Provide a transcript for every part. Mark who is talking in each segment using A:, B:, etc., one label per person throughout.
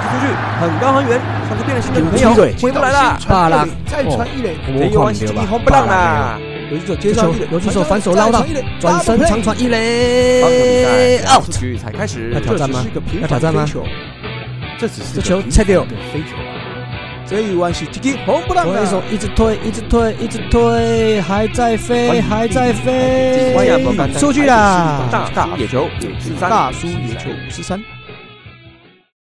A: 很高很远，上次变了心的
B: 给我
A: 朋
B: 踢
A: 友
B: 腿
A: 回不来了。
B: 巴
C: 传
B: 拉
C: 一垒，再传一垒，
B: 我
A: 没有关系，这一红不让啦。
C: 啊
B: 游击手接球，游击手反手
C: 再
B: 捞到
C: 传，一垒
B: 转身长
C: double play
B: 传
A: 棒
B: 一
A: 球比
B: 垒
A: 赛
B: ，out。
C: 嗯
A: 局才开始
B: 要，挑战吗
C: 这只是一个平
B: 要
C: 凡
B: 挑战吗
C: 飞球这只是
B: 这
C: 一个
B: 球
C: 平
B: 切掉
C: 凡的飞球。这一弯是积极红不让啊
B: 左一手
C: 的，
B: 一直推，一直推，一直推，还在飞，还在飞
A: 关亚不敢，
B: 出去啦！
A: 大大野球五四三，
C: 大叔野球五十三，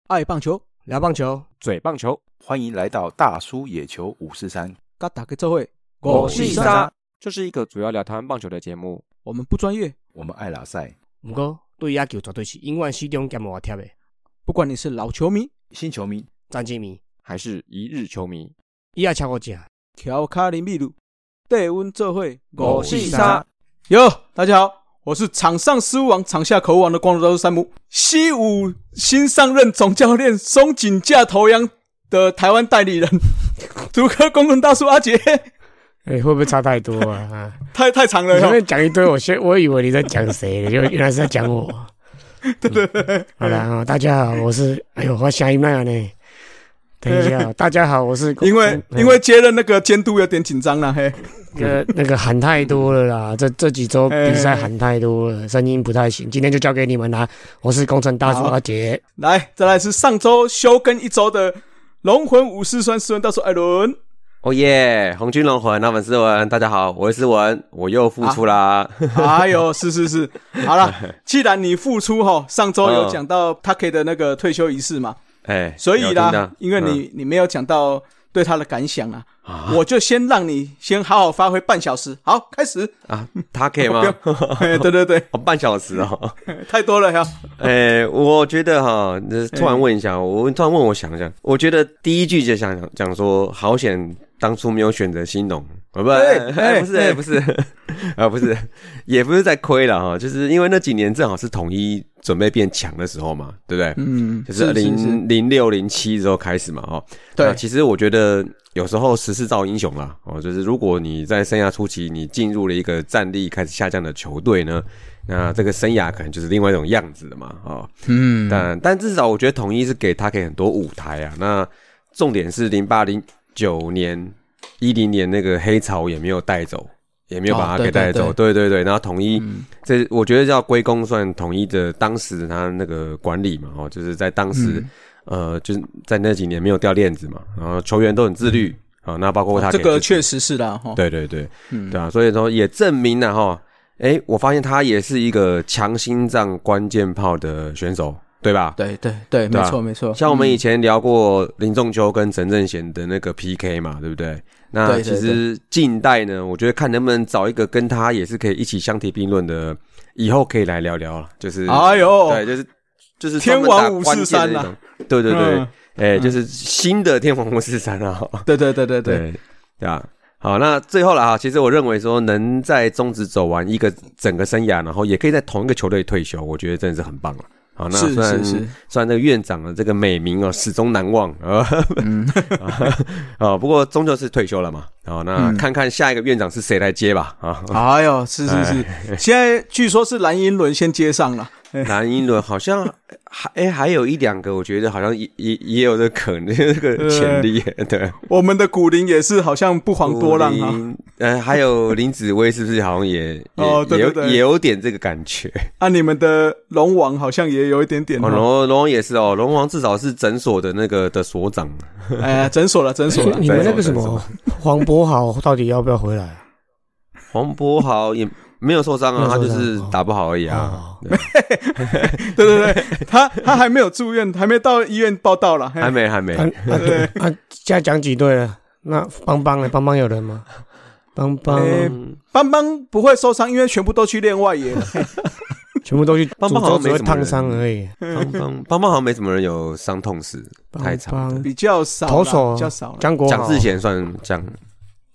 C: 爱棒球，
B: 聊棒球，
A: 嘴棒球，
D: 欢迎来到大叔野球五四三，
C: 嘎打个这会，
B: 我
A: 是
B: 是
A: 沙，这是一个主要聊台湾棒球的节目。
C: 我们不专业，
D: 我们爱拉赛
B: 不过对野球绝对是永远始终兼无贴的。
C: 不管你是老球迷、
D: 新球迷，
B: 詹金迷，
A: 还是一日球迷，
B: 伊也超过正。
C: 乔卡林秘鲁，对温这会，
A: 我是沙，
C: 哟，大家好，我是场上失误王、场下口误王的光头大叔山姆。西武新上任总教练松井架头羊的台湾代理人， 土科公公大叔阿杰，
E: 哎、会不会差太多 啊？啊，
C: 太太长了
E: 你前
C: 哟。
E: 面讲一堆，我先我以为你在讲谁 呢，就原来是在讲我。对对对，好了啊、大家好，我是哎呦，我下一麦呢。等一下哦，大家好，我是
C: 因为
E: 嗯
C: 因为接任那个监督有点紧张了，嘿，
E: 呃那个喊太多了啦，这这几周
B: 哎
E: 比赛喊太多了，声音不太行，今天就交给你们啦。我是工程大叔
C: 好
E: 阿杰，
C: 来，再来是上周休更一周的龙魂武士酸斯文大叔艾伦，
F: 哦耶！红军龙魂老粉思文，大家好，我是思文，我又复出啦。
A: 啊
C: 哎呦，是是是，好 了，既然你复出哈，上周
F: 嗯
C: 有讲到 t a k 的那个退休仪式嘛，
F: 哎，
C: 所以
F: 有听到
C: 啦，因为
F: 嗯
C: 你、你没有讲到对他的感想啊，我就先让你先好好发挥半小时。好，开始。
F: 啊，他可以吗？
C: 哎，对对 对，
F: 哦，半小时哦。
C: 太多了呀。 哎
F: 哎，我觉得哈，那突然问一下，我突然问我想想，我觉得第一句就想讲讲说，好险当初没有选择新农，哦不，
C: 哎哎
F: 哎不是
C: 哎
F: 哎不是 啊不是，也不是在亏了哈，就是因为那几年正好是统一准备变强的时候嘛，对不对？
C: 嗯，
F: 就是零零六零七之后开始嘛，哦，
C: 对
F: 那，其实我觉得有时候时势造英雄啦，哦，就是如果你在生涯初期你进入了一个战力开始下降的球队呢，那这个生涯可能就是另外一种样子的嘛，哦，
C: 嗯
F: 但但至少我觉得统一是给他给很多舞台啊，那重点是零八零九年一零年那个黑潮也没有带走。也没有把
C: 哦
F: 他
C: 对
F: 给带
C: 对嗯
F: 走，对对对，然后统一，这我觉得要归功算统一的当时他那个管理嘛，哦，就是在当时
C: 嗯
F: 呃，就是在那几年没有掉链子嘛，然后球员都很自律啊、那包括他
C: 嗯哦这
F: 给自己、
C: 个确实是啦，哈。
F: 对对对，
C: 嗯
F: 对啊，所以说也证明了哈，哎，我发现他也是一个强心脏关键炮的选手，对吧？
C: 对对对，
F: 对
C: 没
F: 啊
C: 错没错。
F: 像我们以前聊过林仲秋跟陈正贤的那个 PK 嘛，对不对？那
C: 对对
F: 其实近代呢，我觉得看能不能找一个跟他也是可以一起相提并论的，以后可以来聊聊了。就是，
C: 哎呦，
F: 对，就是就是
C: 天
F: 专门打
C: 王五
F: 关
C: 四
F: 键的
C: 三
F: 那
C: 啊
F: 种，对对对
C: 嗯，
F: 哎、就是新的天王五四三啊，
C: 对对对对对，
F: 对对啊。好，那最后了哈，其实我认为说能在中职走完一个整个生涯，然后也可以在同一个球队退休，我觉得真的是很棒了。好，那
C: 是
F: 虽然
C: 是是，
F: 虽然这个院长的这个美名啊始终难忘啊
C: 嗯，
F: 啊，不过终究是退休了嘛。好，那
C: 嗯
F: 看看下一个院长是谁来接吧 啊。
C: 哎呦，是是
F: 哎
C: 是，现在据说是蓝银轮先接上了，
F: 蓝英伦好像还哎、还有一两个，我觉得好像也也也有这可能 这个潜力，对。
C: 我们的古林也是好像不遑多让啊。
F: 林呃，还有林子薇是不是好像也也、
C: 哦对
F: 也有
C: 对对
F: 也有点这个感觉？
C: 啊，你们的龙王好像也有一点点
F: 哦，
C: 哈
F: 龙龙王也是哦，龙王至少是诊所的那个的所长，
C: 哎，诊所 了，诊所了。
E: 你们那
F: 再走
E: 个什么黄博豪到底要不要回来啊？
F: 黄博豪也没有受伤啊，
E: 没有
F: 他
E: 受
F: 就
E: 伤
F: 是
C: 哦
F: 打不好而已
E: 哦
F: 啊，对
C: 对对对，他他还没有住院，还没到医院报道了。嘿哎
F: 还没还没
E: 啊啊对 啊！现在讲几队了？那邦邦呢？邦邦有人吗？邦邦
C: 诶邦邦不会受伤，因为全部都去练外野了。
E: 全部都去，
F: 邦邦
E: 诅
F: 好像没
E: 咒只会
F: 什么
E: 烫
F: 人
E: 伤而已。
F: 邦邦邦邦好像没什么人有伤痛史，
E: 邦
F: 太长了
E: 邦
C: 比较少啦，
E: 投手啊
C: 比较少了。
E: 江国
F: 蒋
E: 豪
F: 志贤算蒋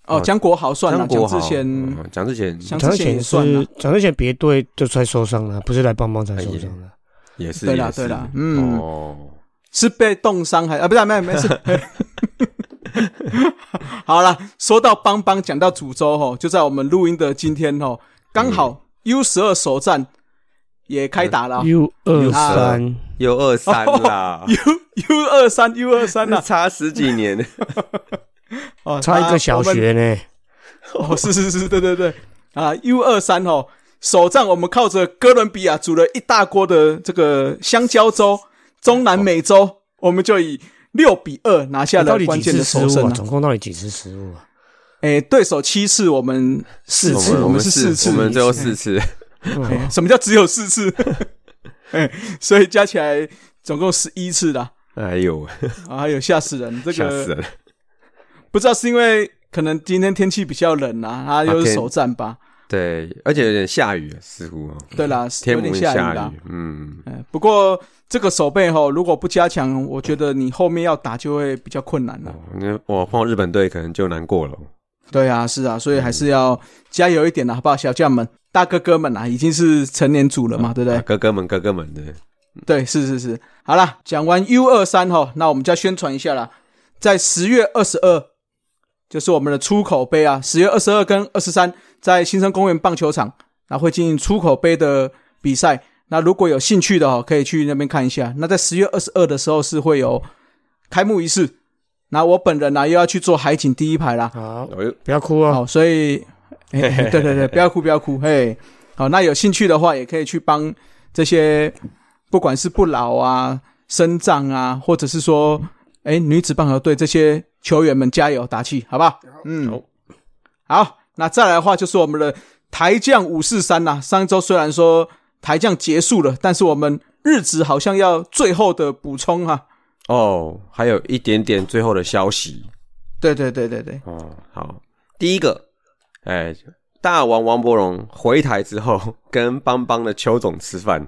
C: 哦，江国豪算了，
F: 蒋
C: 蒋
F: 国豪
C: 志贤，
F: 嗯蒋志贤
C: 蒋
E: 蒋
C: 志
E: 志
C: 贤
E: 贤
C: 也算了
E: 是。蒋志贤别队就才受伤了，不是来帮忙才受伤的。
F: 也是
C: 对啦
F: 也是
C: 对啦嗯
F: 哦，
C: 是被冻伤还啊？不是，没 有没事。好了，说到邦邦，讲
F: 嗯
C: 到主州吼，就在我们录音的今天吼，刚好 U 十二首战也开打了
E: 哎 U 二三
F: 三有二三
C: 哦
F: 啦，
C: ，U 二三 U 二三啊
F: 那
C: 呐，
F: 差十几年，
C: 哦，
E: 差一个小
C: 啊我们
E: 学呢。
C: 哦，是是是，对对对，啊，U 二三哦，首战我们靠着哥伦比亚煮了一大锅的这个香蕉粥，中南美洲，我们就以六比二拿下
E: 哎到
C: 了
E: 底
C: 啊关
E: 几
C: 键
E: 次
C: 的
E: 失
C: 首
E: 误
C: 胜
E: 啊？
C: 啊！
E: 总共到底几次失误啊？
C: 哎、对手七次，我们四
F: 我
C: 次，
F: 们我
C: 们
F: 们
C: 是四次，
F: 我们最后四次，
C: 哎什么叫只有四次？ 哎、所以加起来总共十一次啦。
F: 哎呦，
C: 啊，有吓死人！这
F: 吓死
C: 个
F: 人！
C: 不知道是因为可能今天天气比较冷啊，它又是首战吧？
F: 对，而且有点下雨，似乎哦
C: 对啦，
F: 天
C: 有
F: 母
C: 点下雨啦
F: 雨。，嗯，
C: 哎，不过这个手背吼，如果不加强，我觉得你后面要打就会比较困难了。
F: 哦那我碰到日本队可能就难过了。
C: 对啊，是啊，所以还是要加油一点啦，好不好，小将们、大哥哥们啊，已经是成年组了嘛，对不对
F: 啊？哥哥们，哥哥们的，
C: 对，是是是。好啦，讲完 U 二三吼，那我们就要宣传一下啦，在十月二十二，就是我们的出口杯啊，十月二十二跟二十三在新生公园棒球场，那会进行出口杯的比赛。那如果有兴趣的哦，可以去那边看一下。那在十月二十二的时候是会有开幕仪式，那我本人呢、啊又要去做海景第一排啦。
E: 好，
F: 哎呦，
E: 不要哭哦。
C: 好，所以，嘿嘿对对对，不要哭，不要哭，嘿，好，那有兴趣的话，也可以去帮这些，不管是不老啊、生长啊，或者是说，哎、女子棒球队这些球员们加油打气，好不好？嗯，好，那再来的话就是我们的台将五四三呐，上一周虽然说台将结束了，但是我们日子好像要最后的补充哈、啊
F: 哦，还有一点点最后的消息
C: 对对对对对，
F: 哦。好，第一个，哎，大王王伯荣回台之后，跟邦邦的邱总吃饭，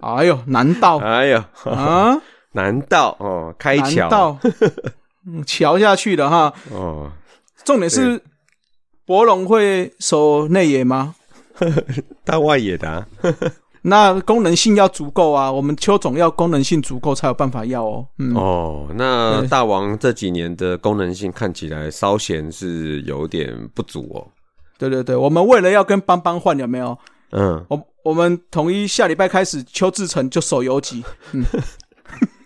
C: 哎呦，难道
F: 哎呦，
C: 啊？
F: 难道哦，
E: 哎
F: 开
C: 难
F: 窍
C: 道嗯瞧下去了哈？
F: 哦，
C: 重点是博龙会守内野吗？
F: 大外野的啊，
C: 那功能性要足够啊，我们邱总要功能性足够才有办法要哦。嗯，
F: 哦，那
C: 对
F: 大王这几年的功能性看起来稍显是有点不足哦。
C: 对对对，我们为了要跟邦邦换有没有？
F: 嗯，
C: 我我们统一下礼拜开始，邱志成就守游 击，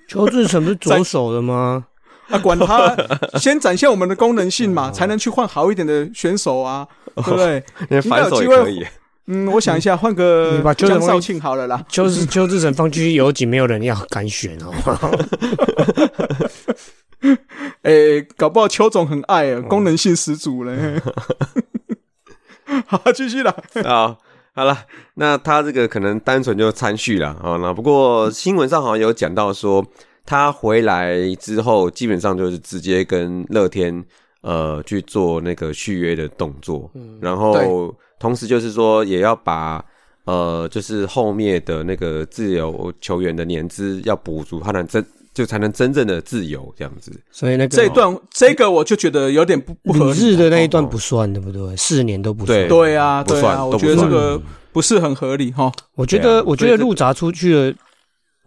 E: 邱志成不是左手的吗？
C: 啊，管他，先展现我们的功能性嘛，才能去换好一点的选手啊，
B: 哦
C: 对不对？
F: 那反手也可以，啊
C: 嗯，我想一下，换呃
E: 你
C: 个
E: 把邱
C: 江
E: 总
C: 少庆好了啦。
E: 邱 志邱志成放进去有几没有人要敢选哦。
C: 诶、搞不好邱总很爱哦，功能性十足嘞。 好，继续啦。
F: 啊。 好了，那他这个可能单纯就参序了啊。那不过新闻上好像有讲到说，他回来之后基本上就是直接跟乐天呃去做那个续约的动作，然后同时就是说也要把呃就是后面的那个自由球员的年资要补足，他能真就才能真正的自由这样子。
E: 所以那个
F: 哦
C: 这一段这个我就觉得有点不不合
E: 旅
C: 理。啊哦
E: 日的那一段不算，对不对？四年都不算。
F: 对
C: 对啊，
F: 不
C: 对
F: 算
C: 啊，
F: 都
C: 我
F: 不
C: 觉得这
F: 算
C: 个不是很合理哈。
E: 我觉
F: 对
E: 得，
F: 啊
E: 我觉
F: 所
E: 得
F: 以这
E: 路闸出去了，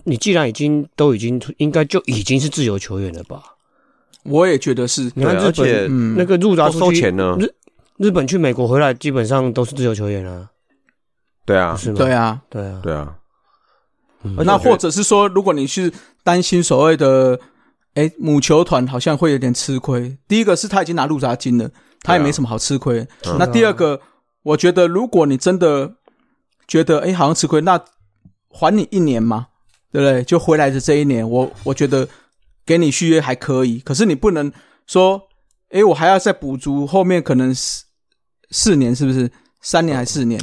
E: 你既然已经都已经应该就已经是自由球员了吧？
C: 我也觉得是，
E: 你
F: 对
E: 看
F: 啊
E: 日
F: 而且
E: 本
C: 嗯，
E: 那个路闸
F: 都
E: 出
F: 收
E: 去，
F: 钱呢？
E: 日本去美国回来基本上都是自由球员啊，
F: 对啊，
E: 是吗？
C: 对，啊。
E: 对啊，
F: 对啊。
E: 嗯
F: 而且
C: 那
F: 我觉得
C: 或者是说，如果你是担心所谓的，哎，母球团好像会有点吃亏。第一个是他已经拿入闸金了，他也
F: 对啊
C: 没什么好吃亏。
F: 嗯
C: 那第二个，我觉得如果你真的觉得哎好像吃亏，那还你一年嘛，对不对？就回来的这一年，我我觉得给你续约还可以，可是你不能说，哎，我还要再补足后面可能四四年是不是三年还是四年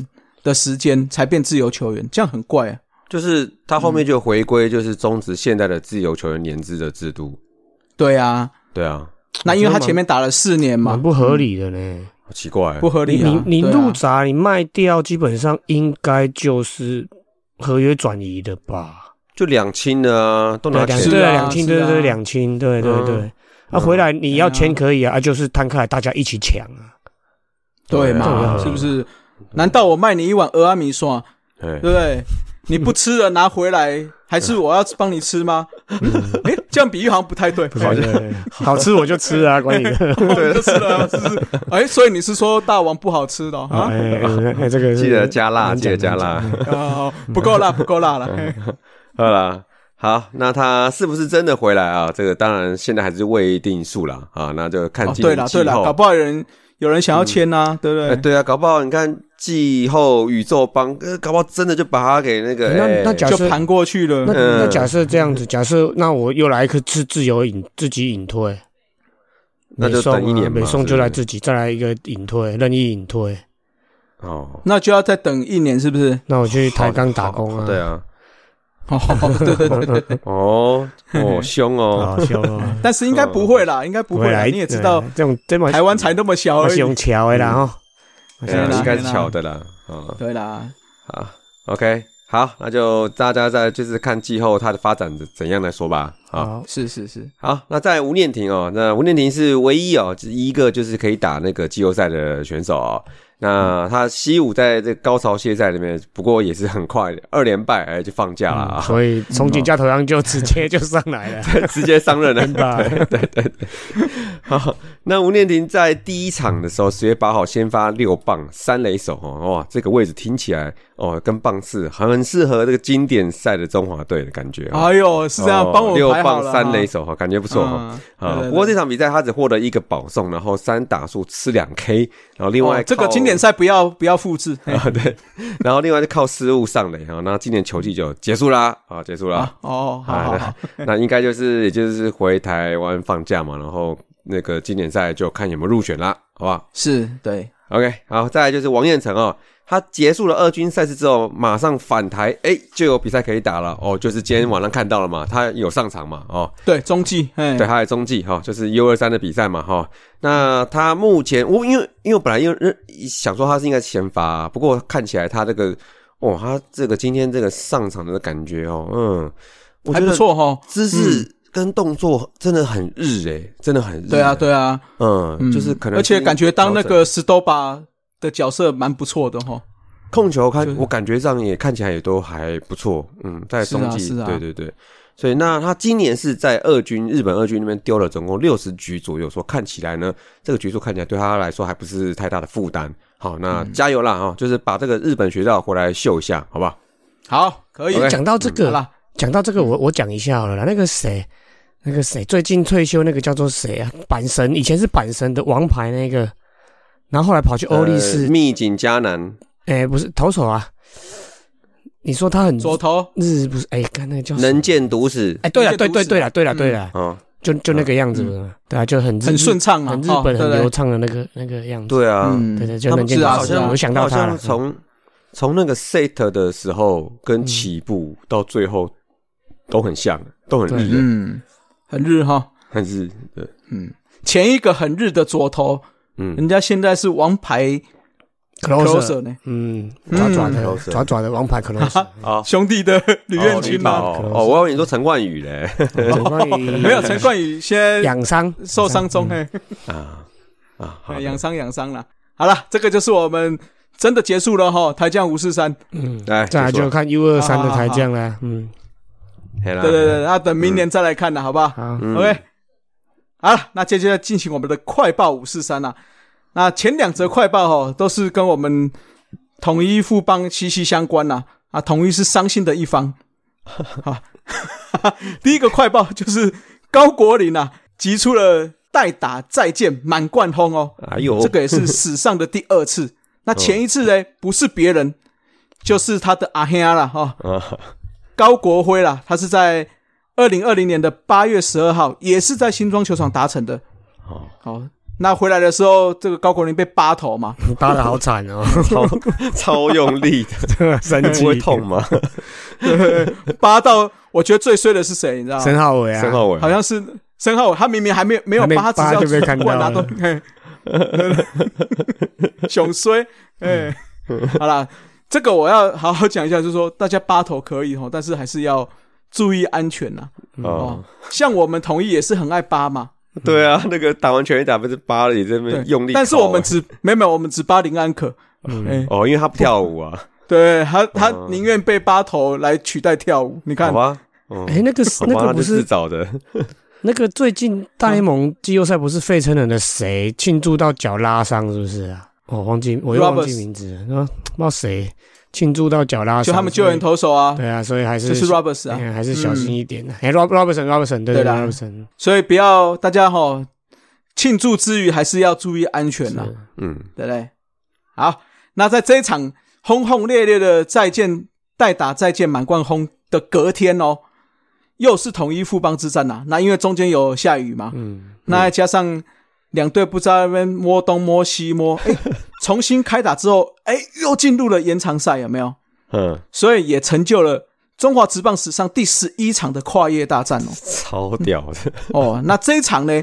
C: 的时间才变自由球员，这样很怪啊。
F: 就是他后面就回归，就是终止现在的自由球员年资的制度。
C: 对啊，
F: 对啊，
C: 那因为
E: 我觉
C: 他
E: 得
C: 前面打了四年嘛
E: 蛮，不合理的呢。
F: 好奇怪，
C: 不合
E: 你
C: 理啊。
E: 你你
C: 嗯对啊
E: 路闸你卖掉，基本上应该就是合约转移的吧？
F: 就两清的啊，都
E: 对
F: 拿
E: 两
F: 钱
C: 是
E: 对
C: 啊
E: 两清，对对
C: 是啊
E: 对两清，对对对
F: 嗯。
E: 啊，回来你要
C: 嗯
E: 签可以啊，啊就是摊开来大家一起抢啊。
C: 对
F: 对
C: 嘛，
E: 啊
C: 是不是？难道我卖你一碗俄阿米刷，
F: 哎
C: 对不对？你不吃了拿回来，还是我要帮你吃吗？哎，这样比喻好像不太对，
E: 嗯不是对好吃我就吃啊，管你的。
C: 对，就是了，是是。哎，所以你是说大王不好吃的哦
E: 啊，
C: 啊？
E: 哎哎哎这个是
F: 记得加辣，
E: 难
F: 记
E: 讲
F: 得加。
E: 难
F: 辣。
E: 讲
C: 啊，不够辣，不够哎辣
E: 嗯
C: 了。嘿
F: 好啦，好，那他是不是真的回来啊？这个当然现在还是未定数啦。啊，那就看
C: 哦
F: 今
C: 对
F: 年
C: 了，
F: 季
C: 对了，
F: 后。
C: 搞不好有人有人想要签
E: 嗯
C: 呐，对不对？
F: 哎，对啊，搞不好你看季后宇宙帮，呃，搞不好真的就把他给那个，
E: 那
F: 哎
E: 那假
C: 就
E: 设
C: 盘过去了
E: 那。
F: 嗯
E: 那假设这样子，假设那我又来一个自自由隐自己隐退，
F: 那就
E: 美颂
F: 等一
E: 啊
F: 年嘛
E: 美
F: 是
E: 送
F: 不
E: 就是来自己再来一个隐退，任意隐退，
F: 哦，
C: 那就要再等一年，是不是？
E: 那我去
F: 好
E: 台钢打工啊，
F: 对啊，
C: 哦，对对对对 对，
F: 哦，哦，凶哦，
E: 好凶 哦，
C: 但是应该不会啦，应该不会啦。
E: 来
C: 你也知道，
E: 这种这 么
C: 台湾才那么小
E: 我
C: 而
E: 是
C: 已。
E: 用桥的啦
F: 嗯
E: 哦哈，我
F: 哎
E: 想
F: 呀
C: 对啦
F: 应该
C: 对
F: 是
C: 啦
F: 巧的啦，啊
C: 对啦，
F: 啊，OK，好，那就大家再就是看季后它的发展怎样来说吧，啊。
E: 好
C: 是是是，
F: 好，那在吴念婷哦，那吴念婷是唯一哦，只一个就是可以打那个季后赛的选手哦。那他西武在这个高潮歇赛里面，不过也是很快的，二连败哎就放假了
E: 嗯
F: 啊，
E: 所以从井家头上就直接就上来了，
F: 直接上任了
E: 真。的，
F: 好，那吴念婷在第一场的时候，十月八号先发六棒三垒手哦，哇，这个位置听起来哦，跟棒次很适合这个经典赛的中华队的感觉啊、哦。
C: 哎呦，是这样，帮我
F: 六
C: 排好
F: 棒
C: 了。
F: 三垒手哦哈，感觉不
C: 不
F: 错哈。啊，不过这场比赛他只获得一个保送，然后三打数吃两 K，然后另外、
C: 哦这个经 典，赛不要不要复制。嘿
F: 啊对，然后另外就靠失误上垒哈，那今年球季就结束啦，啊结束啦，哎
C: 啊，哦，好好好，
F: 那 那应该就是也就是回台湾放假嘛，然后那个经典赛就看有没有入选啦，好吧
C: 是对，
F: ？OK，好，再来就是王彦辰哦，他结束了二军赛事之后，马上返台，哎，就有比赛可以打了哦，就是今天晚上看到了嘛，他有上场嘛，哦，
C: 对中继，哎，
F: 对，他的中继哈，就是 U 二三的比赛嘛哈。那他目前我因为因为我本来又认想说他是应该先发、不过看起来他这个哦，他这个今天这个上场的感觉哦，嗯，我
C: 还
F: 觉
C: 不
F: 得
C: 错哈。
F: 姿势跟动作真的很日诶、真的很日、
C: 对啊，，对啊，
F: 嗯，
C: 嗯
F: 就是可能
C: 而且感觉当那
F: 调
C: 个 Stoba 的角色蛮不错的哈。
F: 整控球看
C: 就是
F: 我感觉上也看起来也都还不错，嗯，在中继，
C: 是啊是啊
F: 对对对。所以，那他今年是在二军日本二军那边丢了总共六十局左右，说看起来呢，这个局数看起来对他来说还不是太大的负担。好，那
C: 嗯
F: 加油啦啊、哦！就是把这个日本学校回来秀一下，好吧？
C: 好，可以，
F: OK
E: 哎讲到这
C: 好
E: 个，
C: 啦，
E: 讲到这
C: 嗯
E: 个，我我讲一下好了啦，那个谁。那个谁，最近退休那个叫做谁啊？阪神，以前是阪神的王牌那个，然后后来跑
C: 哦
E: 去欧力士
F: 呃，密景迦南，
E: 哎、不是投手啊，你说他很
C: 左头
E: 日不是？哎、看那个叫什么
F: 能见毒死
E: 哎、对了，
C: 能
E: 对
C: 见毒
E: 对
C: 死
E: 对了，对了
C: 嗯
E: 对了，
F: 啊、哦！
E: 就就那个样子嘛，对啊，就很日
C: 很顺、畅啊，
E: 很日
C: 哈
E: 本、
C: 对
E: 很
C: 不对
E: 流畅的那个那个样子。
F: 对啊，
C: 嗯，
E: 对对，就
F: 他
E: 能
F: 们
E: 见
C: 是
E: 到
C: 啊
E: 他
C: 是啊
E: 我想到
F: 好
E: 他了
F: 像。从从那个 set 的时候跟起步到最后都很像，都很日，
C: 嗯，很日哈，
F: 很日，对，
C: 嗯，前一个很日的左头，
F: 嗯，
C: 人家现在是王牌
E: closer，
F: 哦
C: closer 呢，
E: 嗯，爪爪的
F: closer
E: 爪爪的王牌 closer，
F: 好，
C: 兄弟的吕彦
F: 军
C: 青
F: 嘛，
C: 嘛，
F: 哦，哦我以为你说陈冠宇嘞
E: 陈冠宇
C: 没有陈冠宇现在
E: 养伤
C: 受伤中，
E: 嗯
C: 嘿， 哎
F: 啊啊，好的
C: 养伤养伤了。好了，这个就是我们真的结束了哈，台将五四三，
E: 嗯，
F: 来，
C: 啊
E: 再来
F: 结束
E: 就
F: 了
E: 看 U 二三
C: 好
E: 的
C: 好
E: 台
C: 好
E: 将啦，嗯，
F: 嘿啦
C: 对对对，那等明年再来看了，好不啊嗯好
E: 好，
F: 嗯
C: ？OK，好了，那接下来进行我们的快报五四三啦。那前两则快报哈都是跟我们统一富邦息息相关啦。啊，统一是伤心的一方。好， 第一个快报就是高国林啊，击出了代打再见满贯轰哦。
F: 哎呦，
C: 这个也是史上的第二次。那前一次呢，不是别人，就是他的阿兄啦，哦哈、
F: 啊，
C: 高国辉啦，他是在二零二零年的八月十二号，也是在新庄球场达成的。
F: 哦，
C: 哦，那回来的时候，这个高国林被扒头嘛，
E: 打的好惨哦，
F: 超超用力的，
E: 生气
F: 不会痛吗？
C: 扒到我觉得最衰的是谁，你知道吗？
E: 申浩伟啊，
F: 申浩伟
C: 好像是申浩伟，他明明还没有没有
E: 还没
C: 扒，只是
E: 扒
C: 要
E: 就被
C: 主
E: 看
C: 管
E: 到
C: 拿东
E: 了，
C: 嘿熊衰，哎，好啦，这个我要好好讲一下，就是说大家扒头可以哈，但是还是要注意安全呐。
F: 哦，
C: 像我们统一也是很爱扒嘛，
F: 对啊，那个打完全垒打不是扒了你这
C: 对
F: 边，用力扣啊，
C: 但是我们只没有没有，我们只扒林安可，哎，
F: 哦，因为他不跳舞啊，
E: 嗯
C: 对他他
F: 哦
C: 宁愿被扒头来取代跳舞，你
F: 好
C: 看
F: 吧，哦
E: 哎、那个是那
F: 好吧
E: 个不
F: 就是自找的，
E: 那个最近大联盟季后赛不是费城人的谁庆祝到脚拉伤是不是啊？我、忘记我又忘记
C: Roberts
E: 名字了，那不知道谁庆祝到脚拉伤，
C: 就他们救
E: 所以
C: 援投手啊，
E: 对啊，所以还是
C: 就是 Roberts 啊，
E: 哎还是小心一点的。哎，Rob Robertson Robertson 对
C: 对
E: 对
C: 啦
E: ，Robertson
C: 所以不要大家哈庆祝之余还是要注意安全啦、
E: 是
F: 嗯，
C: 对不对？好，那在这一场轰轰烈烈的再见代打再见满贯轰的隔天哦，又是统一富邦之战呐、啊那因为中间有下雨嘛，
E: 嗯，
C: 那再加上两队不知道在那边摸东摸西摸，哎， 重新开打之后，哎，又进入了延长赛，有没有？
F: 嗯，
C: 所以也成就了中华职棒史上第十一场的跨业大战哦。
F: 超屌的，
C: 哦，那这一场呢，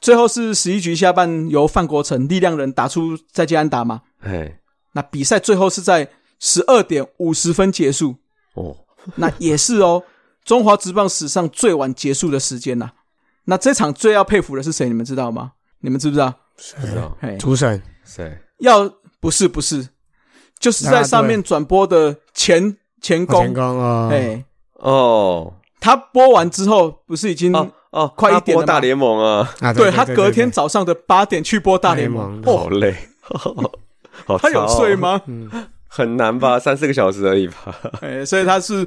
C: 最后是十一局下半由范国成力量人打出再见安打嘛。
F: 哎，
C: 那比赛最后是在十二点五十分结束，
F: 哦，
C: 那也是哦，中华职棒史上最晚结束的时间呐、那这场最要佩服的是谁？你们知道吗？你们知不知道？
F: 不知道
C: 嘿，
E: 主审
F: 谁
C: 要不是不是，就是
E: 啦
C: 在
E: 啦
C: 上面转播的前前
E: 前
C: 攻，
E: 攻哦，
C: 哎，
F: 哦
C: 他播完之后不是已经
F: 哦哦，
C: 嗯快一
F: 他
C: 点了吗
F: 播大联盟啊，
E: 啊，
C: 对
E: 对
C: 他隔天早上的八点去播大联盟，
E: 大联
F: 好累， 好，
C: 哦他有睡？吗？
F: 很难
E: 嗯
F: 吧，三四个小时而已 吧，
E: 哦
C: 哎，所以他是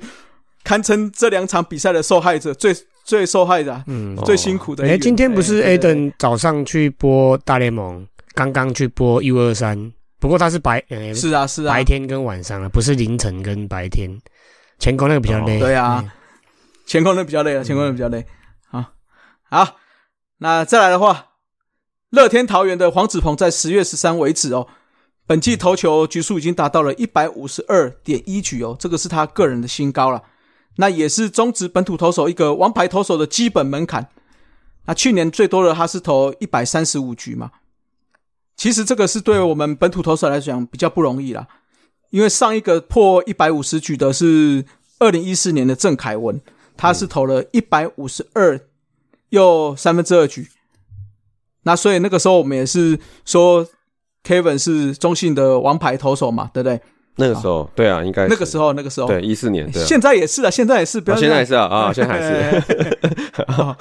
C: 堪称这两场比赛的受害者，最最受害的啊、
E: 嗯，
C: 最辛苦的一
E: 哎、
C: 员。
E: 今天不是
C: 哎对
E: Aden 早上去播大联盟，刚刚去播 U 二三，不过他是白，哎、
C: 是啊是啊，
E: 白天跟晚上啊，不是凌晨跟白天。前攻那个比较累，
F: 哦
C: 对啊前空人比较累了，前空人比较累。好，好，那再来的话，乐天桃园的黄子鹏在十月十三为止哦，本季投球局数已经达到了一百五十二点一局哦，这个是他个人的新高了。那也是中职本土投手一个王牌投手的基本门槛。那去年最多的他是投一百三十五局嘛，其实这个是对我们本土投手来讲比较不容易啦，因为上一个破一百五十局的是二零一四年的郑凯文，他
F: 嗯
C: 是投了一百五十二又三分之二局。那所以那个时候我们也是说，Kevin 是中信的王牌投手嘛，对不对？
F: 那个时候， 对啊，应该
C: 那个时
F: 候，
C: 候，那个时候，
F: 对，一四年，对啊，
C: 现在也是啊，现在也是，不要
F: 啊
C: 这
F: 现
C: 样、
F: 在还是啊，啊，现在还是，
C: 是。好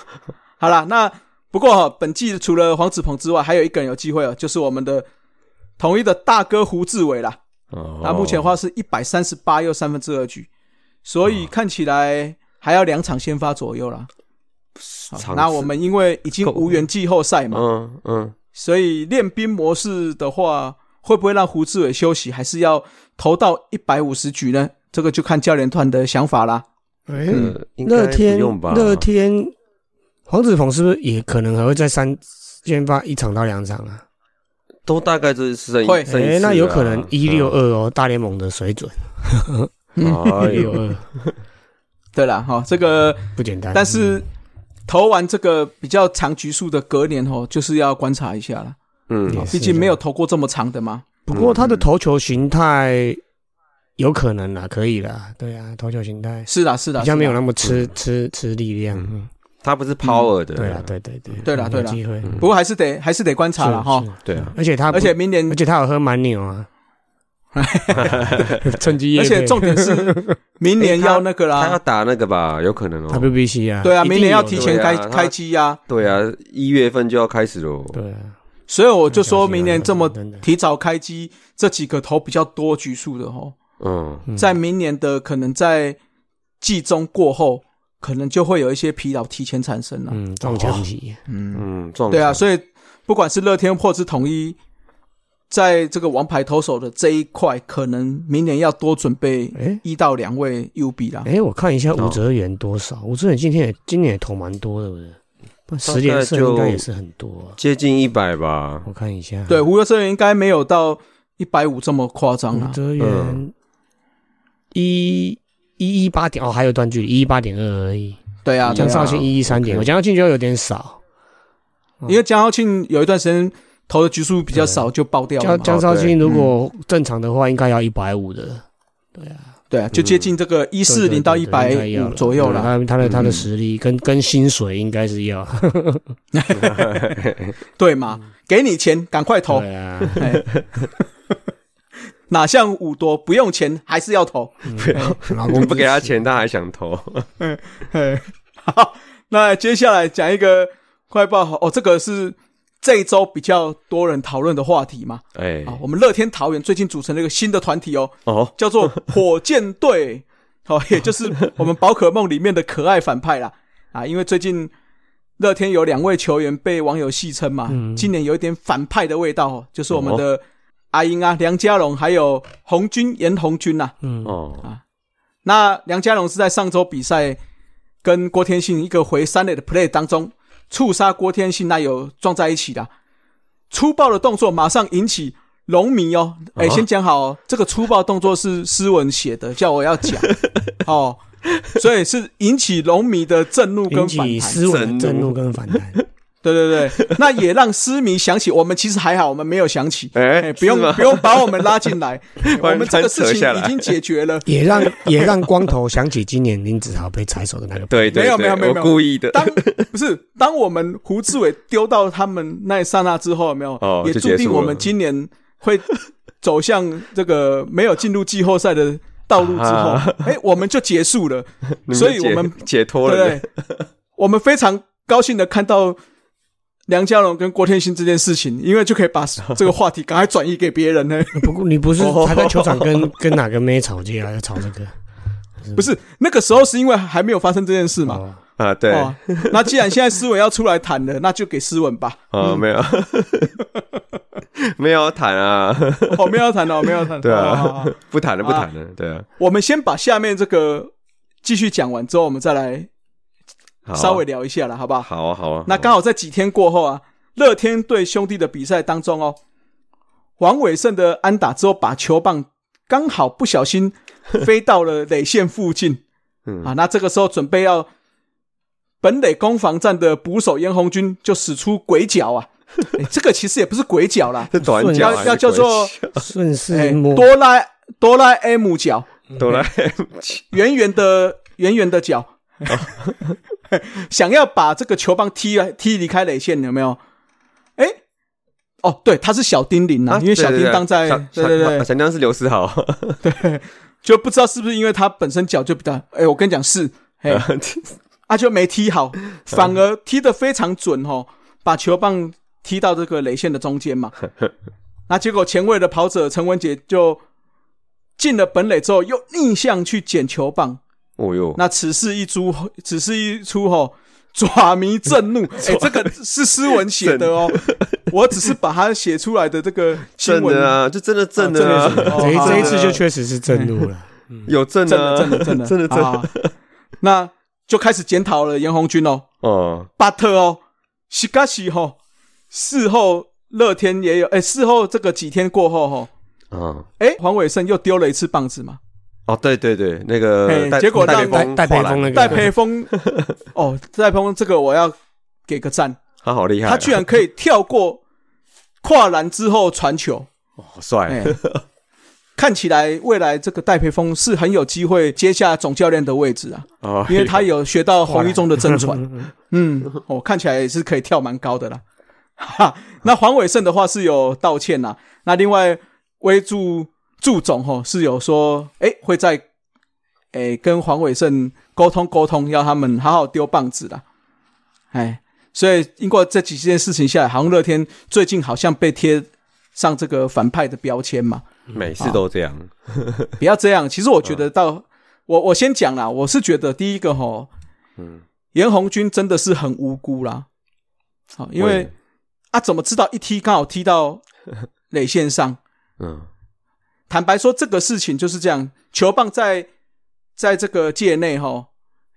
C: 好啦，那不过、哦、本季除了黄子鹏之外，还有一个人有机会哦，就是我们的统一的大哥胡志伟啦。
F: 哦
C: 那目前的话是一百三十八又三分之二局，所以看起来还要两场先发左右啦。好
F: 场次
C: 那我们因为已经无缘季后赛嘛，
F: 嗯嗯，
C: 所以练兵模式的话，会不会让胡志伟休息，还是要投到一百五十局呢？这个就看教练团的想法啦。
E: 哎、
F: 呃应该
E: 乐天
F: 不用吧，
E: 乐天黄子鹏是不是也可能还会在三先发一场到两场啊？
F: 都大概就是剩一
C: 会
F: 剩一
E: 哎、
F: 次
E: 那有
F: 啊
E: 可
C: 嗯
E: 能一六，二哦，大联盟的水准
F: 嗯哎
E: 一六
F: 呦，
E: 二
C: 对啦，哈、这个
E: 不简单。
C: 但是投完这个比较长局数的隔年哦，就是要观察一下了，
E: 也
F: 嗯
E: 是
C: 毕竟没有
E: 的，
C: 投过这么长的嘛。
E: 不过他的投球形态有可能啦，可以啦，对啊，投球形态
C: 是啦，是啦，
E: 比较没有
C: 是啦啊
E: 那么吃吃吃力量。嗯，
F: 他不是 power 的，
E: 对啊，对对对，
C: 对啦
E: 有
C: 对啦
E: 机会
F: 嗯
C: 不过还是得还是得观察了哈。，
E: 是
F: 对啊，
E: 而且他不
C: 而且明年
E: 而且他有喝蛮牛 啊，趁机业
C: 而
E: 配
C: 且重点 是明年要那个
F: 他要
C: 啦，
F: 打那个吧，有可能哦，
E: WBC 啊，
C: 对啊，
E: 一定
C: 明年要
E: 有的
C: 提前开
F: 对啊他
C: 开机呀，
F: 对啊，一月份就要开始喽，
E: 对啊，
C: 所以我就说明年这么
E: 真的
C: 提早开机，这几个投比较多局数的哦，
F: 嗯，
E: 嗯
C: 在明年的可能在季中过后，可能就会有一些疲劳提前产生了。
E: 嗯撞墙体，
C: 嗯
F: 嗯，撞
C: 对啊，
F: 墙
C: 所以不管是乐天或是统一，在这个王牌投手的这一块，可能明年要多准备
E: 哎
C: 一到两位 UB 啦。
E: 哎，我看一下
F: 哦
E: 吴哲源多少，吴哲源今天也今年也投蛮多的，不是？不
F: 大
E: 十
F: 概
E: 连胜
F: 就
E: 应该也是很多啊，
F: 接近一百吧，
E: 我看一下，
C: 对，胡哲生应该没有到一百五这么夸张啊
E: 吴
C: 啦。
E: 哲源
F: 嗯
E: 一一一八点哦，还有段距离一一八点二而已，
C: 对啊，
E: 江
C: 对啊
E: 绍庆一一三点，
F: OK
E: 我江绍庆就有点少，
C: 因为江浩庆有一段时间投的局数比较少，就爆掉了
E: 江
C: 嘛。
E: 江绍
F: 对
E: 庆如果正常的话，应该要一百五的。
C: 对啊，就接近这个一四
E: 对对
C: 零到
E: 对
C: 一
E: 对
C: 百
E: 应该要
C: 五左右
E: 对
C: 啦。
E: 他他的他的
F: 嗯
E: 实力跟跟薪水应该是要哦
C: 对嘛，给你钱赶快投。
E: 对啊，
C: 哎哪项五夺不用钱还是要投。
F: 不要，
E: 老
F: 我
E: 公
F: 们 不给他钱，他还想 投。
C: 嘿， 好，那接下来讲一个快报好哦，这个是这一周比较多人讨论的话题嘛。
F: 哎，
E: 哦
C: 啊，我们乐天桃园最近组成了一个新的团体哦，
F: 哦，
C: 叫 做火箭队，哦，也就是我们宝可梦里面的可爱反派啦。啊，因为最近乐天有两位球员被网友戏称嘛，
E: 嗯
C: 今年有一点反派的味道哦，就是我们的阿英啊、梁家龙还有红军严红军呐、
E: 嗯，
F: 哦，
C: 那梁家龙是在上周比赛跟郭天信一个回三垒的 play 当中触杀郭天信，那有撞在一起的啊粗暴的动作，马上引起龙迷哦。哎、
F: 哦
C: 先讲好、哦，这个粗暴动作是诗文写的，叫我要 讲哦，所以是引起龙迷的震怒跟
E: 引
C: 反
E: 起
C: 弹。
E: 斯文的震怒跟反弹，
C: 对对对，那也让诗迷想起，我们其实还好，我们没有想起。哎、
F: 哎，
C: 不用
F: 是吗
C: 不用把我们拉进 来，我们这个事
F: 把你们扯下
C: 情已
F: 来
C: 经解决了。
E: 也让 也让光头想起今年林子豪被踩手的那个。
F: 对对，
C: 没有没有
F: 对
C: 没有没
F: 我
C: 有
F: 故意的。
C: 当不是当我们胡志伟丢到他们那一刹那之后，有没有？
F: 哦
C: 也
F: 就
C: 注
F: 结
C: 定
F: 束
C: 我
F: 了
C: 们今年会走向这个没有进入季后赛的道路之后
F: 啊，
C: 哎、我们就结束了，
F: 你们
C: 所以
F: 解
C: 我们对
F: 解
C: 不
F: 脱了呢
C: 对？我们非常高兴的看到梁家荣跟郭天兴这件事情，因为就可以把这个话题赶快转移给别人 呢。
E: 不过你不是
C: 哦
E: 还在球场跟 跟哪个妹吵架，要吵这 个？
C: 不是那个时候是因为还没有发生这件事嘛。
E: 哦，
F: 啊，对，
C: 哦，那既然现在思文要出来谈呃了，那就给思文吧。
F: 哦，没有， 没有谈啊，
C: 我哦们要谈了，我们要谈了。
F: 对
C: 好好好
F: 啊，不谈了，不
C: 哦啊
F: 谈了，对啊，
C: 我们先把下面这个继续讲完之后，我们再来
F: 好啊
C: 稍微聊一下了，好不好？
F: 好啊，好啊，
C: 那刚好在几天过后啊，乐天对兄弟的比赛当中哦，王伟胜的安打之后，把球棒刚好不小心飞到了垒线附近
F: 嗯
C: 啊，那这个时候准备要本垒攻防战的捕手严红军就使出鬼脚 啊，诶这个其实也不是鬼脚啦，
F: 这短
E: 顺
F: 脚
C: 要要叫 做
E: 顺势
C: 诶
E: 摸
C: 哆啦哆啦 A 梦脚。
F: 哆啦 A
C: 圆圆的圆圆的脚， 想要把这个球棒踢来踢离开垒线，有没有？哎、哦，对，他是小叮铃 啊，因为小叮当在，对对对，
F: 小叮当是刘思豪，
C: 就不知道是不是因为他本身脚就比较，哎、我跟你讲是，哎、啊就没踢 好，反而踢得非常准哦，把球棒踢到这个垒线的中间 嘛。那结果前卫的跑者陈文杰就进了本垒之后，又逆向去捡球棒，
F: 哦哟，
C: 那此事一出，此事一出吼，爪迷震 怒。哎、这个是诗文写的哦，我只是把它写出来的这个新
F: 正
C: 闻
F: 的。啊，就真的正的
C: 啊正的
F: 啊，
E: 这一
C: 哦
E: 这一次就确实是震怒了。
F: 有正
C: 真
F: 的
C: 的
F: 啊，
C: 真的真的
F: 真的真的，
C: 啊！那就开始检讨了严红军哦，
F: 哦，
C: 巴特哦，西嘎西吼，事后乐天也有，哎、事后这个几天过后吼，
F: 嗯。
C: 哎、黄伟胜又丢了一次棒子嘛，
F: 哦，对对对，那
C: 嘿
F: 个戴
C: 结果
F: 戴
C: 让
F: 培峰跨
E: 戴戴培
F: 栏
E: 峰那个
C: 戴培 峰，哦，戴培峰这个我要给个赞，
F: 他好厉害啊，
C: 他居然可以跳过跨栏之后传球，
F: 好帅啊
C: 哎，看起来未来这个戴培峰是很有机会接下总教练的位置啊，
F: 哦，
C: 因为他有学到红一中的真传，嗯，哦，看起来也是可以跳蛮高的啦。 哈，那黄伟胜的话是有道歉啦，那另外威助助总吼是有说，哎、会在哎、跟黄伟胜沟通沟通，要他们好好丢棒子啦。哎，所以经过这几件事情下来，好像乐天最近好像被贴上这个反派的标签嘛。
F: 每次都这样，
C: 不要这样。其实我觉得到、我我先讲啦，我是觉得第一个吼，
F: 嗯，
C: 严红军真的是很无辜啦。好，因为
F: 会
C: 啊，怎么知道一踢刚好踢到垒线上？
F: 嗯，
C: 坦白说，这个事情就是这样，球棒在在这个界内吼。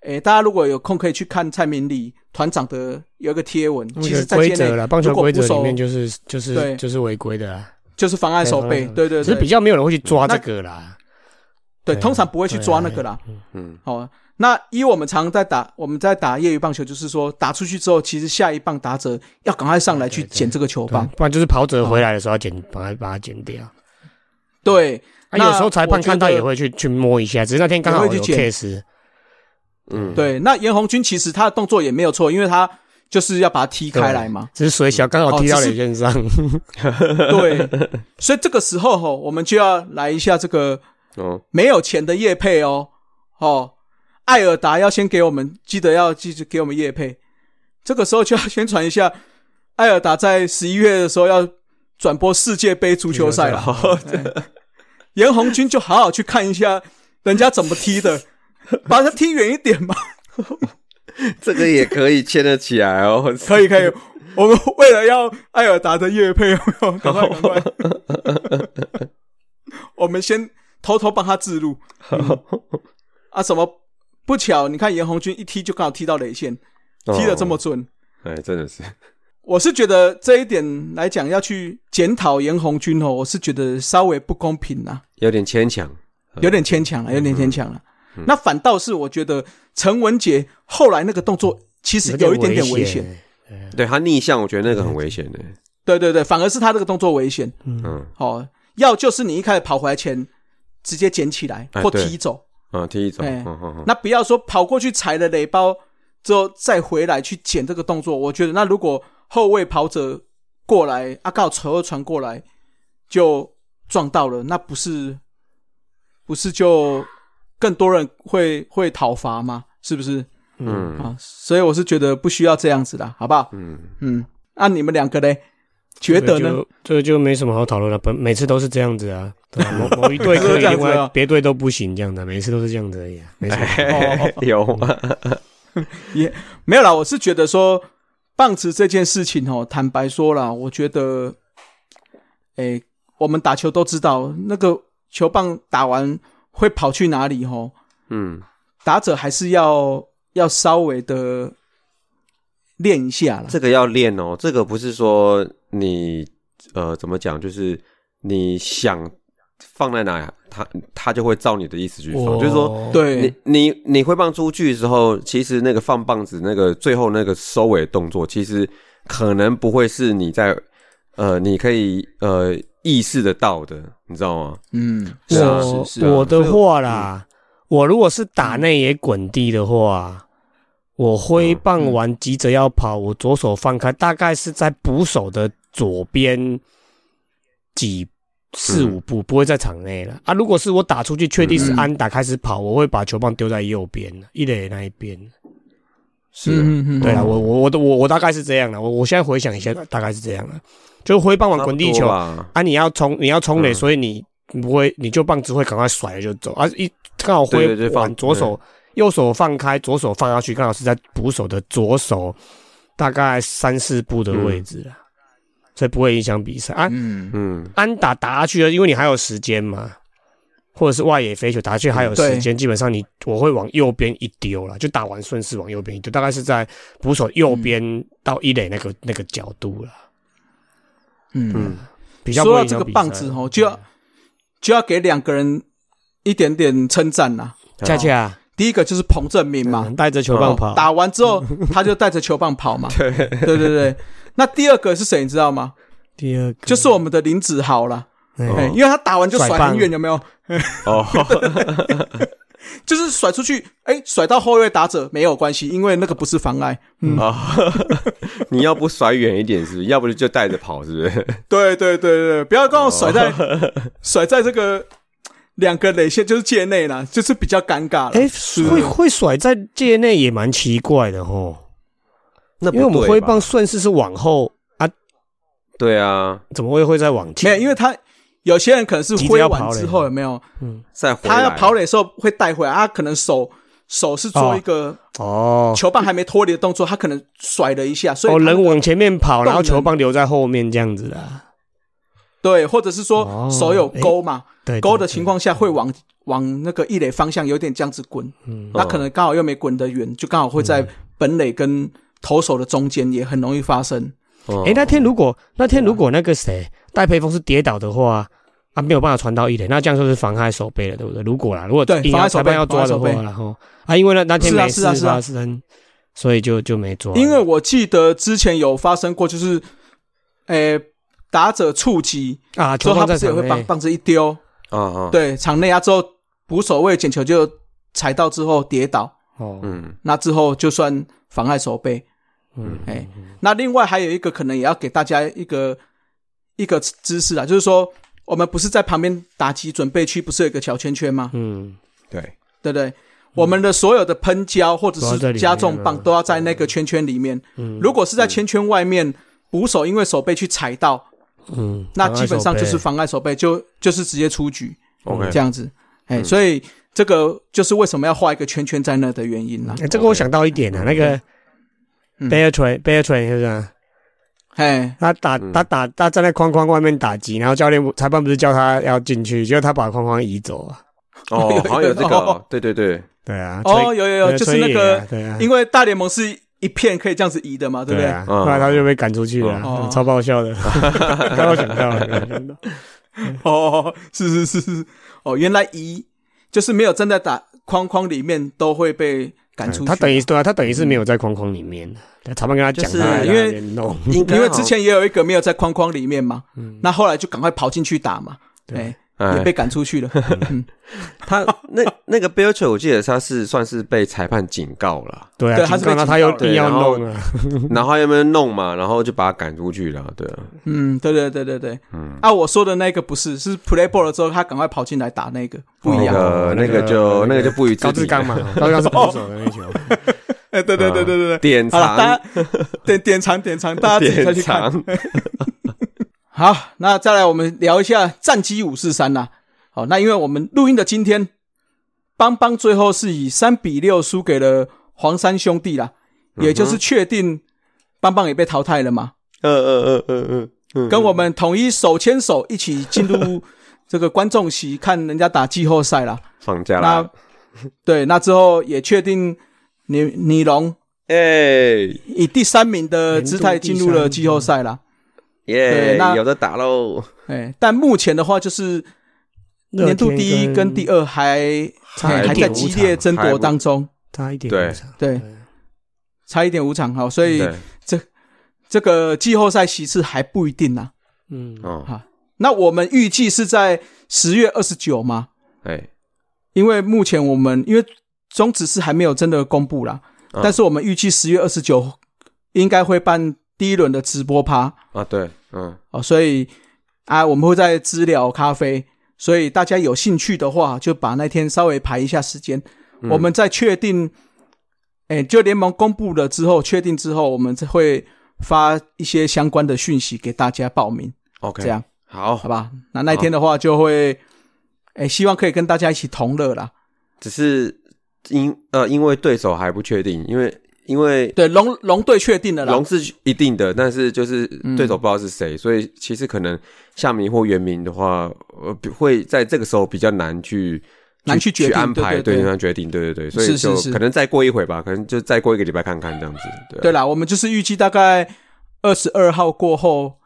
C: 诶，大家如果有空可以去看蔡明礼团长的有一个贴文，
E: 那
C: 其
E: 个
C: 实在
E: 规
C: 界
E: 则
C: 内
E: 了，棒球
C: 如果
E: 规则
C: 不
E: 里
C: 守
E: 面就是就
C: 对
E: 是就是违规的啦，
C: 就是妨碍守备，对对
E: 只是
C: 对，
E: 比较没有人会去抓这个啦。
C: 对，
E: 对啊
C: 通常不会去
E: 对啊
C: 抓那个啦。
F: 嗯，
C: 哦，那依我们常在打，我们在打业余棒球，就是说打出去之后，其实下一棒打者要赶快上来去
E: 对对
C: 捡这个球
E: 对啊
C: 棒。
E: 不然就是跑者回来的时候要剪，把它把它剪掉。
C: 对，
E: 啊，
C: 那
E: 有时候裁判看到
C: 我觉得
E: 也会去去摸一下，只是那天刚
C: 也
E: 好有
C: 会去捡
E: case，
F: 嗯，
C: 对，那严红军其实他的动作也没有错，因为他就是要把它踢开来嘛。
E: 只是水小刚好
C: 哦
E: 踢到脸 线上，
C: 对，所以这个时候吼，我们就要来一下这个
F: 哦，
C: 没有钱的叶配哦，哦，艾尔达要先给我们，记得要记得给我们叶配。这个时候就要宣传一下，艾尔达在十一月的时候要转播世界杯足球赛了。哎严红军就好好去看一下人家怎么踢的， 把他踢远一点嘛。
F: 这个也可以牵得起 来哦，
C: 可 以可以，我们为了要艾尔达的叶配，有没有 赶快赶快，我们先偷偷帮他自录。
F: 哦
C: 啊，什么不巧？你看严红军一踢就刚好踢到垒线，踢得这么准。
F: 哦，哎，真的是，
C: 我是觉得这一点来讲，要去检讨严红军哦，我是觉得稍微不公平啦、
F: 有点牵强，
C: 有点牵强了，有点牵强了。那反倒是我觉得陈文杰后来那个动作其实有一点点危险，。
F: 嗯对他逆向，我觉得那个很危险的，
C: 对对对，反而是他这个动作危险。
F: 嗯
C: 哦，要就是你一开始跑回来前直接捡起来
F: 哎
C: 或
F: 对
C: 踢走，
F: 啊，踢一种，
C: 哎
F: 嗯嗯嗯
C: 那不要说跑过去踩了垒包之后再回来去捡这个动作。我觉得那如果后卫跑者过来，阿告扯二传过来就撞到了，那不是不是就更多人会会讨伐吗？是不是
F: 嗯
C: 啊？所以我是觉得不需要这样子的，好不好？
F: 嗯，
C: 嗯，那、你们两个嘞，觉
E: 这
C: 得
E: 个
C: 呢？
E: 就？这个就没什么好讨论了，本每次都是这样子啊，对啊某某 一队可
C: 都是
E: 以，
C: 这样
E: 另
C: 子啊
E: 外别队都不行，这样的，每次都是这样子而已啊，没错。
C: 哦
F: 有啊吗？
C: 没有啦，我是觉得说棒子这件事情哦，坦白说啦，我觉得，诶，我们打球都知道，那个球棒打完会跑去哪里哦，
F: 嗯，
C: 打者还是要要稍微的练一下啦。
F: 这个要练哦，这个不是说你呃怎么讲，就是你想放在哪，他他就会照你的意思去放，就是说。
E: 哦，
F: 你
C: 对，
F: 你你挥棒出去之后，其实那个放棒子那个最后那个收尾动作，其实可能不会是你在呃，你可以呃意识得到的，你知道吗？
C: 嗯，是啊，
E: 我
C: 是是啊
E: 我的话啦，我如果是打内野滚地的话，我挥棒完急着要跑，我左手放开，大概是在捕手的左边几四五步，不会在场内了啊。如果是我打出去，确定是
C: 嗯
E: 安打开始跑，我会把球棒丢在右边，一垒那一边。
F: 是啊，
C: 嗯
E: 对啊，我我我我我大概是这样的，我我现在回想一下，大概是这样的，就挥棒完滚地
F: 差不
E: 球
F: 多，吧，
E: 啊，你要冲你要冲垒，
F: 嗯
E: 所以你不会，你就棒子会赶快甩了就走啊！一刚好挥
F: 对对对
E: 往
F: 放
E: 左手右手放开，左手放下去，刚好是在捕手的左手大概三四步的位置了，所以不会影响比赛啊。
C: 嗯，
F: 嗯，
E: 安打打下去了，因为你还有时间嘛，或者是外野飞球打下去还有
C: 嗯
E: 时间，基本上你我会往右边一丢了，就打完顺势往右边一丢，大概是在捕手右边到一垒那个、那个角度了，
C: 嗯嗯。
E: 比较不
C: 说到
E: 会影响
C: 这个
E: 比
C: 棒
E: 赛
C: 子哦，就要就要给两个人一点点称赞啦。
E: 恰恰。
C: 第一个就是彭正明嘛，
E: 嗯带着球棒跑，
C: 打完之后他就带着球棒跑 嘛。对对对对那第二个是谁你知道吗？
E: 第二个
C: 就是我们的林子豪啦，
E: 哎
C: 哎、因为他打完就
E: 甩
C: 甩
E: 棒
C: 很远，有没有？
F: 哦，
C: 就是甩出去，哎、甩到后卫打者没有关系，因为那个不是妨碍。
F: 哦 你要不甩远一点，是不是？要不就带着跑，是不是？
C: 对对对对，不要刚好甩在、
E: 哦
C: 甩在这个两个垒线，就是界内啦，就是比较尴尬了。
E: 哎、
C: 啊
E: 会会甩在界内也蛮奇怪的吼，
C: 啊
F: 那
E: 因为我们
F: 不对
E: 挥
F: 吧
E: 棒，顺势是往后，
F: 对啊，
E: 怎么会会再往
C: 没
E: 前？
C: 有，因为他有些人可能是
E: 急着
C: 挥
E: 要
C: 完
E: 跑垒
C: 之后有没有，
F: 再回来
C: 他要跑垒的时候会带回来，他可能手手是做一个
E: 哦
C: 球棒还没脱离的动作，他可能甩了一下，所以
E: 哦，
C: 他
E: 人往前面跑，
C: 动
E: 然后球
C: 能
E: 棒留在后面这样子的啊，
C: 对，或者是
E: 哦
C: 说手有勾嘛，
E: 对，
C: 勾
E: 对
C: 的情，况下会往往那个一垒方向有点这样子滚，
E: 对嗯，
C: 那可能刚好又没滚得远，就刚好会在本垒跟投手的中间，也很容易发生。
F: 哦，
E: 哎、那天如果那
C: 啊
E: 天如果那个谁戴培峰是跌倒的话。啊，没有办法传到一垒，那这样就是妨害手背了，对不对？如果啦，如果
C: 对
E: 硬
C: 妨
E: 要
C: 碍手
E: 裁判
C: 背
E: 要抓
C: 妨碍
E: 的
C: 手
E: 话
C: 背
E: 啦，然后啊，因为那那天
C: 是啊
E: 没
C: 是
E: 事
C: 啊是啊
E: 发生，所以就就没抓了。
C: 因为我记得之前有发生过，就是，诶、打者触及
E: 啊，
C: 之
E: 球
C: 后，他
E: 棒
C: 不
E: 在
C: 是也
E: 场
C: 会棒
E: 内，
C: 棒子一丢，
F: 啊啊，
C: 对，场内啊之后捕手位捡球就踩到之后跌倒，
E: 哦，
F: 嗯，
C: 那之后就算妨碍手背。
E: 嗯，
C: 哎、那另外还有一个可能也要给大家一个一个知识啊，就是说我们不是在旁边打击准备区不是有一个小圈圈吗？
E: 嗯，
F: 对，
C: 对不对？我们的所有的喷胶或者
E: 都要在
C: 是
E: 里面
C: 加重棒
E: 啊
C: 都要在那个圈圈里面。
E: 嗯
C: 如果是在圈圈外面，捕手因为手背去踩到，
E: 嗯，
C: 那基本上
E: 妨碍手背
C: 就是妨碍手背，就就是直接出局
F: OK
C: 这样子。
E: 嗯
C: 哎，所以这个就是为什么要画一个圈圈在那的原因啦。
E: 欸这个我想到一点
F: 哦
E: 啊，那个
C: 嗯
E: Bear Train Bear Train 是不是啊？
C: 哎，
E: 他打
F: 嗯
E: 他打他站在框框外面打击，然后教练不裁判不是叫他要进去，结果他把框框移走啊。
F: 哦，好像有这个哦，对对对，
E: 对啊，
C: 哦，
E: 吹
C: 有有有，
E: 对
C: 就是
E: 吹
C: 那
E: 野啊
C: 个，
E: 对啊，
C: 因为大联盟是一片可以这样子移的嘛，对不
E: 对
C: 对？
E: 啊，
F: 嗯
E: 后来他就被赶出去了
C: 哦
E: 啊，超 爆笑的，刚好想到了，刚好想到
C: 哦，是是是是，哦，原来移就是没有站在打框框里面都会被赶出去。
E: 他等于对啊，他等于是没有在框框里面，裁判跟他讲，
F: 就是
E: 他还在
C: 因为
E: 那边弄，
F: 应该
C: 因为
F: 好
C: 之前也有一个没有在框框里面嘛，那后来就赶快跑进去打嘛，
E: 对
C: 对，
F: 哎
C: 也被赶出去 了。嗯，
F: 他那那个 b e l c h 我记得他是算是被裁判警告了，
E: 对
C: 对
E: 啊，
C: 他是被
E: 刚刚他又
C: 警告
E: 硬要
F: 对然后
E: 弄啊，
F: 然后他有没有弄嘛，然后就把他赶出去了，对啊，
C: 嗯，对对对对对，
F: 嗯
C: 啊，我说的那个不是，是 play ball 了之后他赶快跑进来打那个，不一
F: 那
C: 样。哦
F: 个那个就那个就不予置
E: 高志
F: 评，
E: 刚嘛，高志刚是捕手的那球，
C: 哎，对对对对对对，
F: 啊典
C: 好了，大
F: 藏
C: 家 点点长点 长，大家自己再去
F: 典
C: 看。
F: 藏，
C: 好，那再来我们聊一下战机五四三呐。好，那因为我们录音的今天，邦邦最后是以三比六输给了黄山兄弟啦，
F: 嗯
C: 也就是确定邦邦也被淘汰了嘛。
F: 呃呃呃呃呃，
C: 嗯跟我们统一手牵手一起进入这个观众席看人家打季后赛啦。
F: 放假
C: 那
F: 啦，
C: 对，那之后也确定尼尼龙
F: 哎
C: 以第三名的姿态进入了季后赛啦。
F: 耶
C: 对那，
F: 有的打喽，
C: 哎，但目前的话就是 年度第一跟第二还
E: 差
C: 还
E: 一
C: 在
E: 点
C: 激烈争夺当中，
E: 差一点
F: 对
E: 五场，
C: 对，差一点五场哈，所以
F: 对，
C: 这个季后赛席次还不一定呐。
E: 嗯，
F: 哦，
C: 那我们预计是在十月二十九吗？
F: 哎，
C: 因为目前我们因为中指是还没有真的公布啦，
F: 嗯
C: 但是我们预计十月二十九应该会办第一轮的直播趴
F: 啊对，嗯，
C: 哦，所以啊，我们会在知了咖啡，所以大家有兴趣的话，就把那天稍微排一下时间，
F: 嗯
C: 我们再确定，哎，就联盟公布了之后，确定之后，我们会发一些相关的讯息给大家报名，
F: OK，
C: 这样
F: 好
C: 好，吧？那那天的话就会，哎，希望可以跟大家一起同乐啦。
F: 只是因呃因为对手还不确定，因为因为
C: 对，龙龙队确定了嗯啦
F: 龙，是一定的，但是就是对手不知道是谁，所以其实可能夏明或原明的话，呃，比会在这个时候比较难去
C: 难去决定
F: 安排，
C: 对对对
F: 难决定，对对对，所以
C: 是是
F: 就是可能再过一会吧，可能就再过一个礼拜看看这样子，对啊
C: 对啦，我们就是预计大概二十二号过后，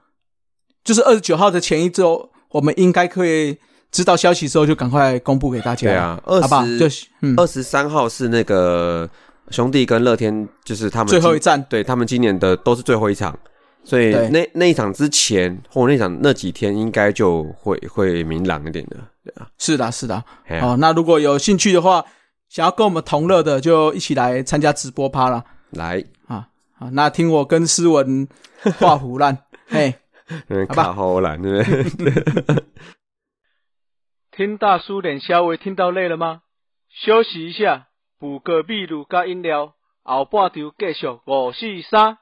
C: 就是二十九号的前一周，我们应该可以知道消息之后就赶快公布给大家。
F: 对，啊，
C: 好吧
F: 二，
C: 就
F: 十
C: 是嗯，
F: 二十三号是那个兄弟跟乐天，就是他们
C: 最后
F: 今
C: 一站
F: 对他们今年的都是最后一场。所以
C: 对
F: 那那一场之前或那场那几天应该就会会明朗一点的，对啊
C: 是的，是的。
F: 嘿啊，
C: 哦，那如果有兴趣的话，想要跟我们同乐的，就一起来参加直播趴啦。
F: 来，
C: 啊！那听我跟诗 文画胡烂，嘿，
F: 嗯，
C: 好吧
F: 卡好懒，对不对？
C: 听大叔脸稍微听到累了吗？休息一下，补个秘鲁加饮料，后半场继续五四三。